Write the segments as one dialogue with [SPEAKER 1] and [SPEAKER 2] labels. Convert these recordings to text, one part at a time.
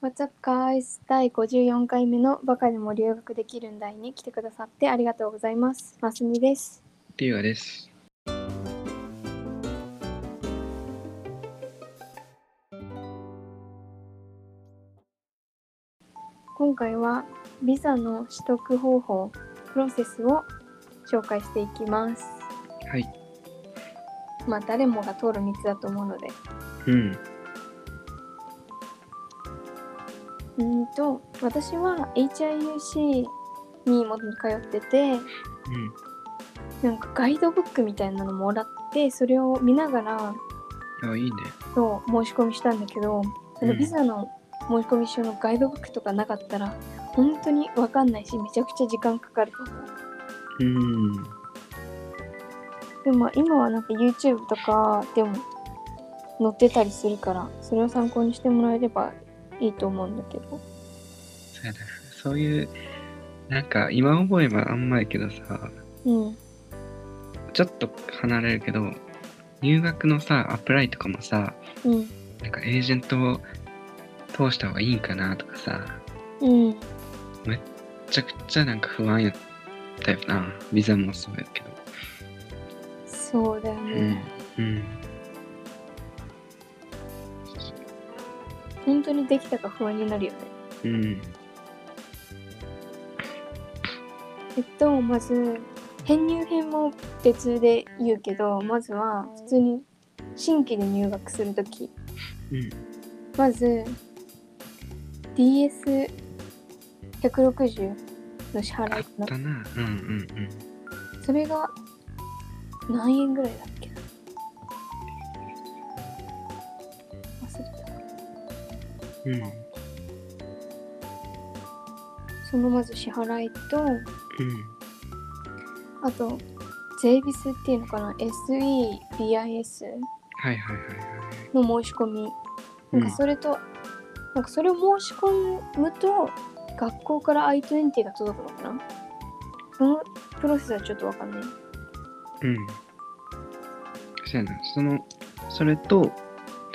[SPEAKER 1] What's Up Guys 第54回目のバカでも留学できるんだいに来てくださってありがとうございます。ますみです。
[SPEAKER 2] リュウガです。
[SPEAKER 1] 今回はビザの取得方法、プロセスを紹介していきます。
[SPEAKER 2] はい。
[SPEAKER 1] まあ誰もが通る道だと思うので。
[SPEAKER 2] うん。
[SPEAKER 1] うーんと、私は HIUC にも通ってて、なんかガイドブックみたいなのもらって、それを見ながら
[SPEAKER 2] うん。あ、いいね。
[SPEAKER 1] そう申し込みしたんだけど、あの
[SPEAKER 2] うん
[SPEAKER 1] ビザの申し込み書のガイドブックとかなかったら本当に分かんないしめちゃくちゃ時間かかると思う
[SPEAKER 2] うん。
[SPEAKER 1] でもまあ今はなんか YouTube とかでも載ってたりするからそれを参考にしてもらえればいいと思うんだけど
[SPEAKER 2] そうやな。そういう、なんか今思えばあんまやけどさ、
[SPEAKER 1] うん
[SPEAKER 2] ちょっと離れるけど、入学のさ、アプライとかもさ、
[SPEAKER 1] うん
[SPEAKER 2] なんかエージェントを通した方がいいんかなとかさ、
[SPEAKER 1] うん
[SPEAKER 2] めちゃくちゃなんか不安やったよな。ビザもそうやけど。
[SPEAKER 1] そうだよ
[SPEAKER 2] う
[SPEAKER 1] ね、。
[SPEAKER 2] うん。
[SPEAKER 1] 本当にできたか不安になるよね
[SPEAKER 2] うん。
[SPEAKER 1] えっとまず編入編も別で言うけどまずは普通に新規で入学するとき
[SPEAKER 2] うん。
[SPEAKER 1] まず DS160 の支
[SPEAKER 2] あ
[SPEAKER 1] 払いか
[SPEAKER 2] っ
[SPEAKER 1] な
[SPEAKER 2] たな。うんうんうん。
[SPEAKER 1] それが何円ぐらいだっけな忘れ
[SPEAKER 2] うん。
[SPEAKER 1] たそのまず支払いと
[SPEAKER 2] うん。
[SPEAKER 1] あと税ビスっていうのかな SEBIS
[SPEAKER 2] はいはいはい
[SPEAKER 1] の申し込み
[SPEAKER 2] はい。
[SPEAKER 1] なんかそれと、なんかそれを申し込むと学校から I20 が届くのかなそのプロセスはちょっとわかんない
[SPEAKER 2] うん。そうやな。その、それと、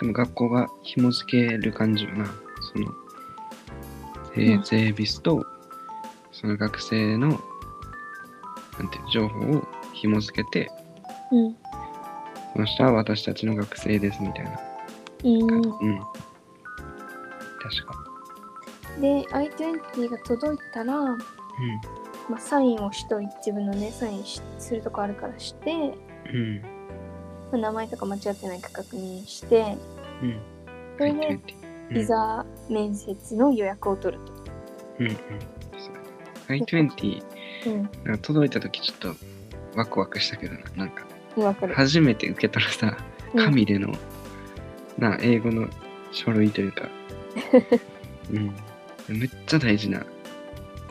[SPEAKER 2] でも学校が紐付ける感じよな。その、え
[SPEAKER 1] うん
[SPEAKER 2] ー、税ビスと、その学生の、なんていう、情報を紐付けて、
[SPEAKER 1] うん
[SPEAKER 2] この人は私たちの学生ですみたいな
[SPEAKER 1] うん
[SPEAKER 2] 感じ。うん。確か。
[SPEAKER 1] で I20 が届いたら、まあ、サインをしとい自分のねサインしするとこあるからして、ま
[SPEAKER 2] うん。うん。
[SPEAKER 1] あ名前とか間違ってないか確認して
[SPEAKER 2] うん。
[SPEAKER 1] それ
[SPEAKER 2] はい
[SPEAKER 1] で
[SPEAKER 2] 20
[SPEAKER 1] ビザ面接の予約を取ると、
[SPEAKER 2] うんうん。そうやな I20、
[SPEAKER 1] うん
[SPEAKER 2] なんか届いたときちょっとワクワクしたけどな。なんか、
[SPEAKER 1] わかる、
[SPEAKER 2] 初めて受け取るさ、
[SPEAKER 1] うん
[SPEAKER 2] 紙での、な英語の書類とい うか、うん、めっちゃ大事な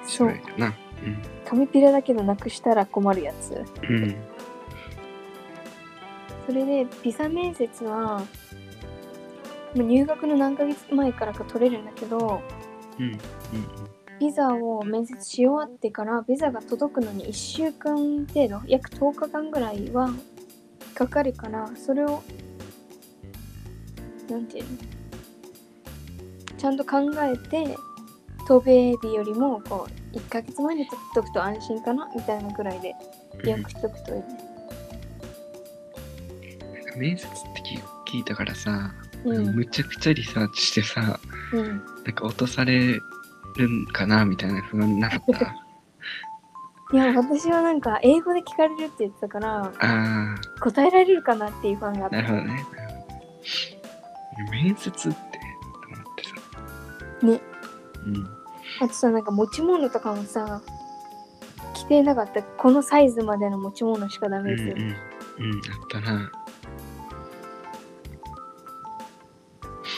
[SPEAKER 2] 書
[SPEAKER 1] そう
[SPEAKER 2] 類だな。
[SPEAKER 1] 紙ピラだけどなくしたら困るやつ
[SPEAKER 2] うん、うん、
[SPEAKER 1] それでビザ面接はまあ入学の何ヶ月前からか取れるんだけど
[SPEAKER 2] うん、
[SPEAKER 1] ビザを面接し終わってからビザが届くのに1週間程度約10日間ぐらいはかかるからそれをなんていうのちゃんと考えて渡米日よりもこう1ヶ月前に取っとくと安心かなみたいなぐらいで
[SPEAKER 2] うん。
[SPEAKER 1] 予
[SPEAKER 2] うん
[SPEAKER 1] 約しとくといいね。
[SPEAKER 2] 面接って聞聞いたからさ、
[SPEAKER 1] うん
[SPEAKER 2] むちゃくちゃリサーチしてさ、
[SPEAKER 1] うん
[SPEAKER 2] なんか落とされるんかなみたいな不安なかった。
[SPEAKER 1] いや私はなんか英語で聞かれるって言ってたから
[SPEAKER 2] あ
[SPEAKER 1] 答えられるかなっていう不安があっ
[SPEAKER 2] あ、な
[SPEAKER 1] た
[SPEAKER 2] るほどね。面接って、と思ってさ。
[SPEAKER 1] ね。
[SPEAKER 2] うん。
[SPEAKER 1] あとさなんか持ち物とかもさ規定なかったこのサイズまでの持ち物しかダ
[SPEAKER 2] うん
[SPEAKER 1] メ
[SPEAKER 2] う
[SPEAKER 1] ですよ、
[SPEAKER 2] ん、うん、あったな。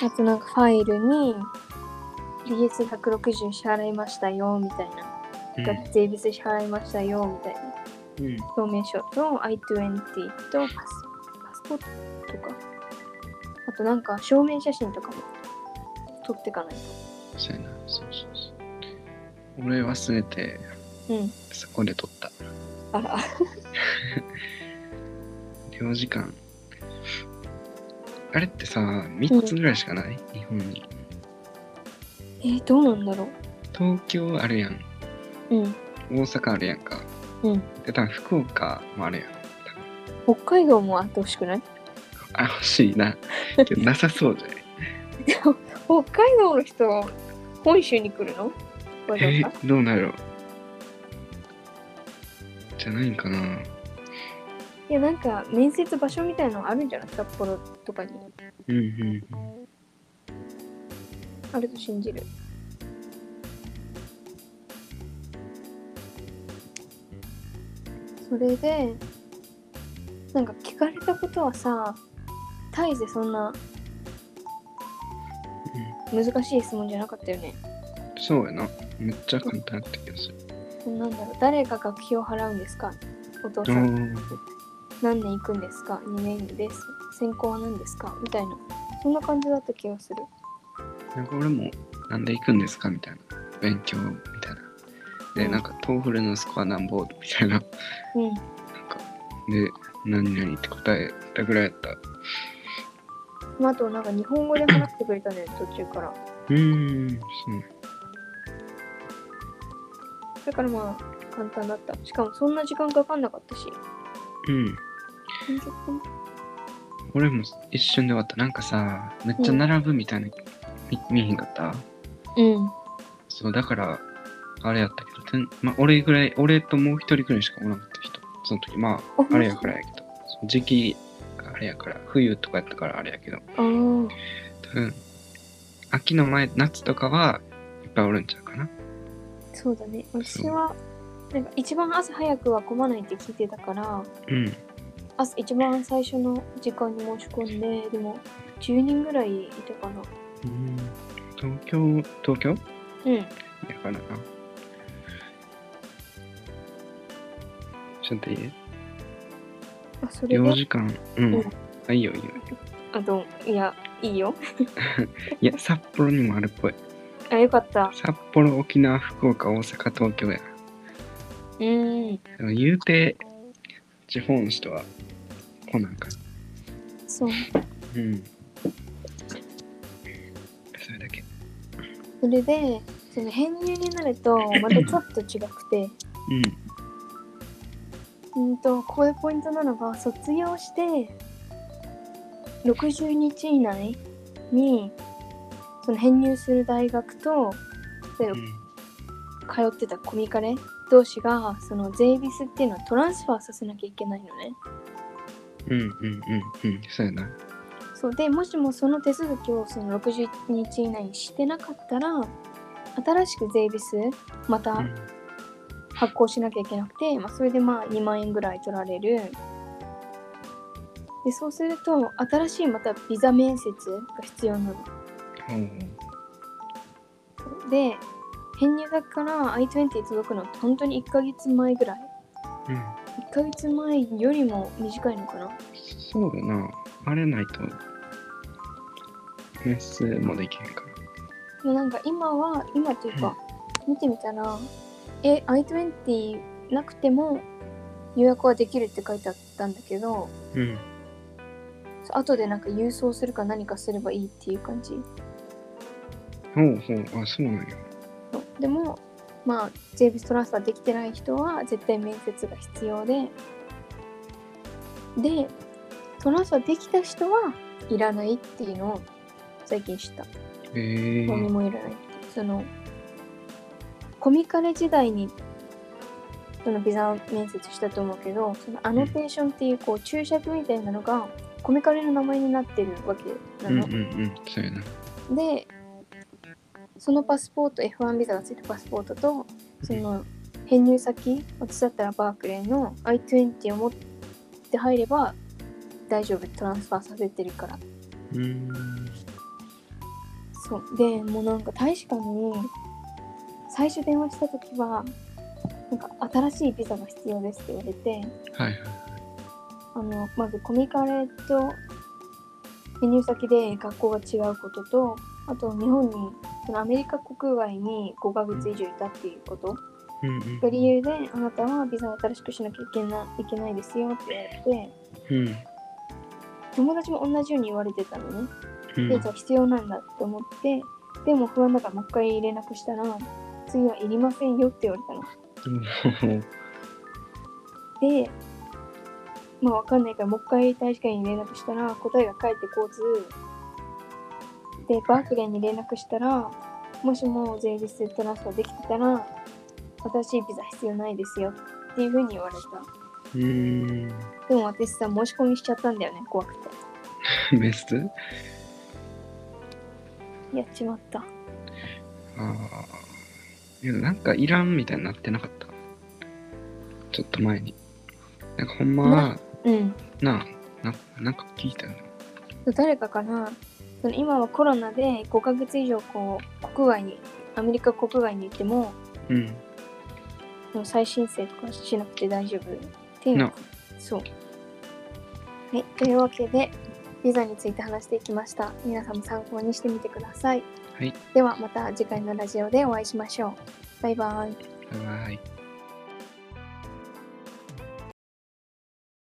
[SPEAKER 1] あとなんかファイルに DS160 支払いましたよみたいな、学税別支払いましたよみたいな
[SPEAKER 2] うん、うん、
[SPEAKER 1] 証明書と I20 とパスパスポートとかあとなんか証明写真とかも撮ってかない
[SPEAKER 2] そうやな、そうそうそう。俺忘れて、
[SPEAKER 1] とうん
[SPEAKER 2] そこで撮った。
[SPEAKER 1] あら
[SPEAKER 2] 領事館。あれってさ、3つぐらいしかない、日本に。
[SPEAKER 1] えー、どうなんだろ
[SPEAKER 2] 東京あるやん
[SPEAKER 1] う。うん。
[SPEAKER 2] 大阪あるやんか
[SPEAKER 1] うん。
[SPEAKER 2] で多分福岡もあるやん
[SPEAKER 1] 北海道もあってほしくない
[SPEAKER 2] あ欲しいなけどなさそう じゃない
[SPEAKER 1] 北海道の人は本州に来るのわざ
[SPEAKER 2] え
[SPEAKER 1] わざ
[SPEAKER 2] ーどうなるじゃないんかない
[SPEAKER 1] や、なんか面接場所みたいのあるんじゃない札幌とかに。
[SPEAKER 2] うんうん
[SPEAKER 1] あると信じる。それで、なんか聞かれたことはさ、大してそんな難しい質問じゃなかったよね。
[SPEAKER 2] そうやなめっちゃ簡単だった気がする
[SPEAKER 1] なんだろう、誰が学費を払うんですかお父
[SPEAKER 2] あ
[SPEAKER 1] さん、
[SPEAKER 2] ー
[SPEAKER 1] 何年行くんですか ?2 年です。専攻は何ですかみたいな。そんな感じだった気がする。
[SPEAKER 2] なんか俺もなんで行くんですかみたいな勉強みたいなで
[SPEAKER 1] うん
[SPEAKER 2] なんかトーフルのスコアなんぼみたいな
[SPEAKER 1] うん。
[SPEAKER 2] で何々って答えたぐらいやった
[SPEAKER 1] まああと、なんか日本語で話してくれたのよ、途中から。
[SPEAKER 2] うーんそうね
[SPEAKER 1] だからまあ、簡単だった。しかもそんな時間かかんなかったし。
[SPEAKER 2] うん
[SPEAKER 1] 30分
[SPEAKER 2] 俺も一瞬で終わったなんかさめっちゃ並ぶみたいな、み見えへんかった
[SPEAKER 1] うん。
[SPEAKER 2] そうだからあれやったけどてん、まあ、俺ぐらい俺ともう一人ぐらいしかおらんかった人その時まああれやからやけどその時期があれやから冬とかやったからあれやけど
[SPEAKER 1] あー
[SPEAKER 2] 多分秋の前夏とかはいっぱいおるんちゃうかな
[SPEAKER 1] そうだね。私は、なんか一番朝早くは混まないって聞いてたから、
[SPEAKER 2] うん
[SPEAKER 1] 朝一番最初の時間に申し込んで、でも10人ぐらいいたかな。
[SPEAKER 2] 東京東京
[SPEAKER 1] うん。
[SPEAKER 2] やからなちょっといい
[SPEAKER 1] あ、それ
[SPEAKER 2] 4
[SPEAKER 1] で、
[SPEAKER 2] 時間うん、
[SPEAKER 1] うん
[SPEAKER 2] あいいよいいよ
[SPEAKER 1] あと、いや、いいよ。
[SPEAKER 2] いや札幌にもあるっぽい
[SPEAKER 1] あ、よかった。
[SPEAKER 2] 札幌沖縄福岡大阪東京や
[SPEAKER 1] うん。
[SPEAKER 2] でも言うて地方の人は来なんか
[SPEAKER 1] そう。
[SPEAKER 2] うんそれだけ
[SPEAKER 1] それで、その編入になると、またちょっと違くて、
[SPEAKER 2] うん
[SPEAKER 1] うんと、ここでポイントなのが、卒業して、60日以内に、その編入する大学と、例えば通ってたコミカレ同士がその税ビスっていうのはトランスファーさせなきゃいけないのね。
[SPEAKER 2] うんうんうんうんうんそうやな
[SPEAKER 1] そうでもしもその手続きをその60日以内にしてなかったら新しく税ビスま
[SPEAKER 2] う
[SPEAKER 1] た
[SPEAKER 2] ん
[SPEAKER 1] 発行しなきゃいけなくて、まあ、それでまあ2万円ぐらい取られる。でそうすると新しいまたビザ面接が必要なの。
[SPEAKER 2] ほう
[SPEAKER 1] で編入学から I20 届くのって本当に1ヶ月前ぐらい
[SPEAKER 2] うん
[SPEAKER 1] 1ヶ月前よりも短いのかな
[SPEAKER 2] そうだな。あれないと、メスもできへんから。
[SPEAKER 1] でもなんか今は今というか見てみたらえ i20 なくても予約はできるって書いてあったんだけど
[SPEAKER 2] うん。
[SPEAKER 1] そう後でなんか郵送するか何かすればいいっていう感じ
[SPEAKER 2] ほうほう、あ、そうなんや。
[SPEAKER 1] そうでもまあ j b ストランスファーできてない人は絶対面接が必要ででトランスファーできた人はいらないっていうのを最近知った
[SPEAKER 2] へえ
[SPEAKER 1] 何もいらない。そのコミカレ時代にそのビザ面接したと思うけどそのアノテーションっていうこう注釈みたいなのがコミカレの名前になってるわけな
[SPEAKER 2] うんう
[SPEAKER 1] の
[SPEAKER 2] ん。うん、そうやな。
[SPEAKER 1] でそのパスポート F1 ビザがついたパスポートとその編入先私だったらバークレーの I20 を持って入れば大丈夫トランスファーさせてるから
[SPEAKER 2] うーん。
[SPEAKER 1] そうでもうなんか大使館に最初電話した時はなんか新しいビザが必要ですって言われて
[SPEAKER 2] はいはい。
[SPEAKER 1] あのまずコミカレと輸入先で学校が違うこととあと日本にそのアメリカ国外に5ヶ月以上いたっていうこと
[SPEAKER 2] うんうん。
[SPEAKER 1] が理由であなたはビザを新しくしなきゃいけないけないですよって言われて
[SPEAKER 2] うん。
[SPEAKER 1] 友達も同じように言われてたのね
[SPEAKER 2] うん
[SPEAKER 1] でじゃあ必要なんだって思ってでも不安だからもう一回連絡したら次はいりませんよって言われたの。
[SPEAKER 2] うん
[SPEAKER 1] でまあわかんないからもう一回大使館に連絡したら答えが返ってこずでバークレーに連絡したらもしも税率でトランスファーできてたら新しいビザ必要ないですよっていうふうに言われた
[SPEAKER 2] うーん。
[SPEAKER 1] でも私さ申し込みしちゃったんだよね怖くて
[SPEAKER 2] ベスト
[SPEAKER 1] やっちまった
[SPEAKER 2] ああ。いやなんかいらんみたいになってなかった。ちょっと前に。なんかほんまは、
[SPEAKER 1] うん
[SPEAKER 2] なあ、ななんか聞いたよね。
[SPEAKER 1] 誰かからその今はコロナで5ヶ月以上こう国外にアメリカ国外にいても
[SPEAKER 2] うん。
[SPEAKER 1] もう再申請とかしなくて大丈夫っていうの
[SPEAKER 2] な
[SPEAKER 1] がそう。はい、というわけで、ビザについて話していきました。皆さんも参考にしてみてください。
[SPEAKER 2] はい
[SPEAKER 1] ではまた次回のラジオでお会いしましょう。バイバイ。
[SPEAKER 2] あ、はい。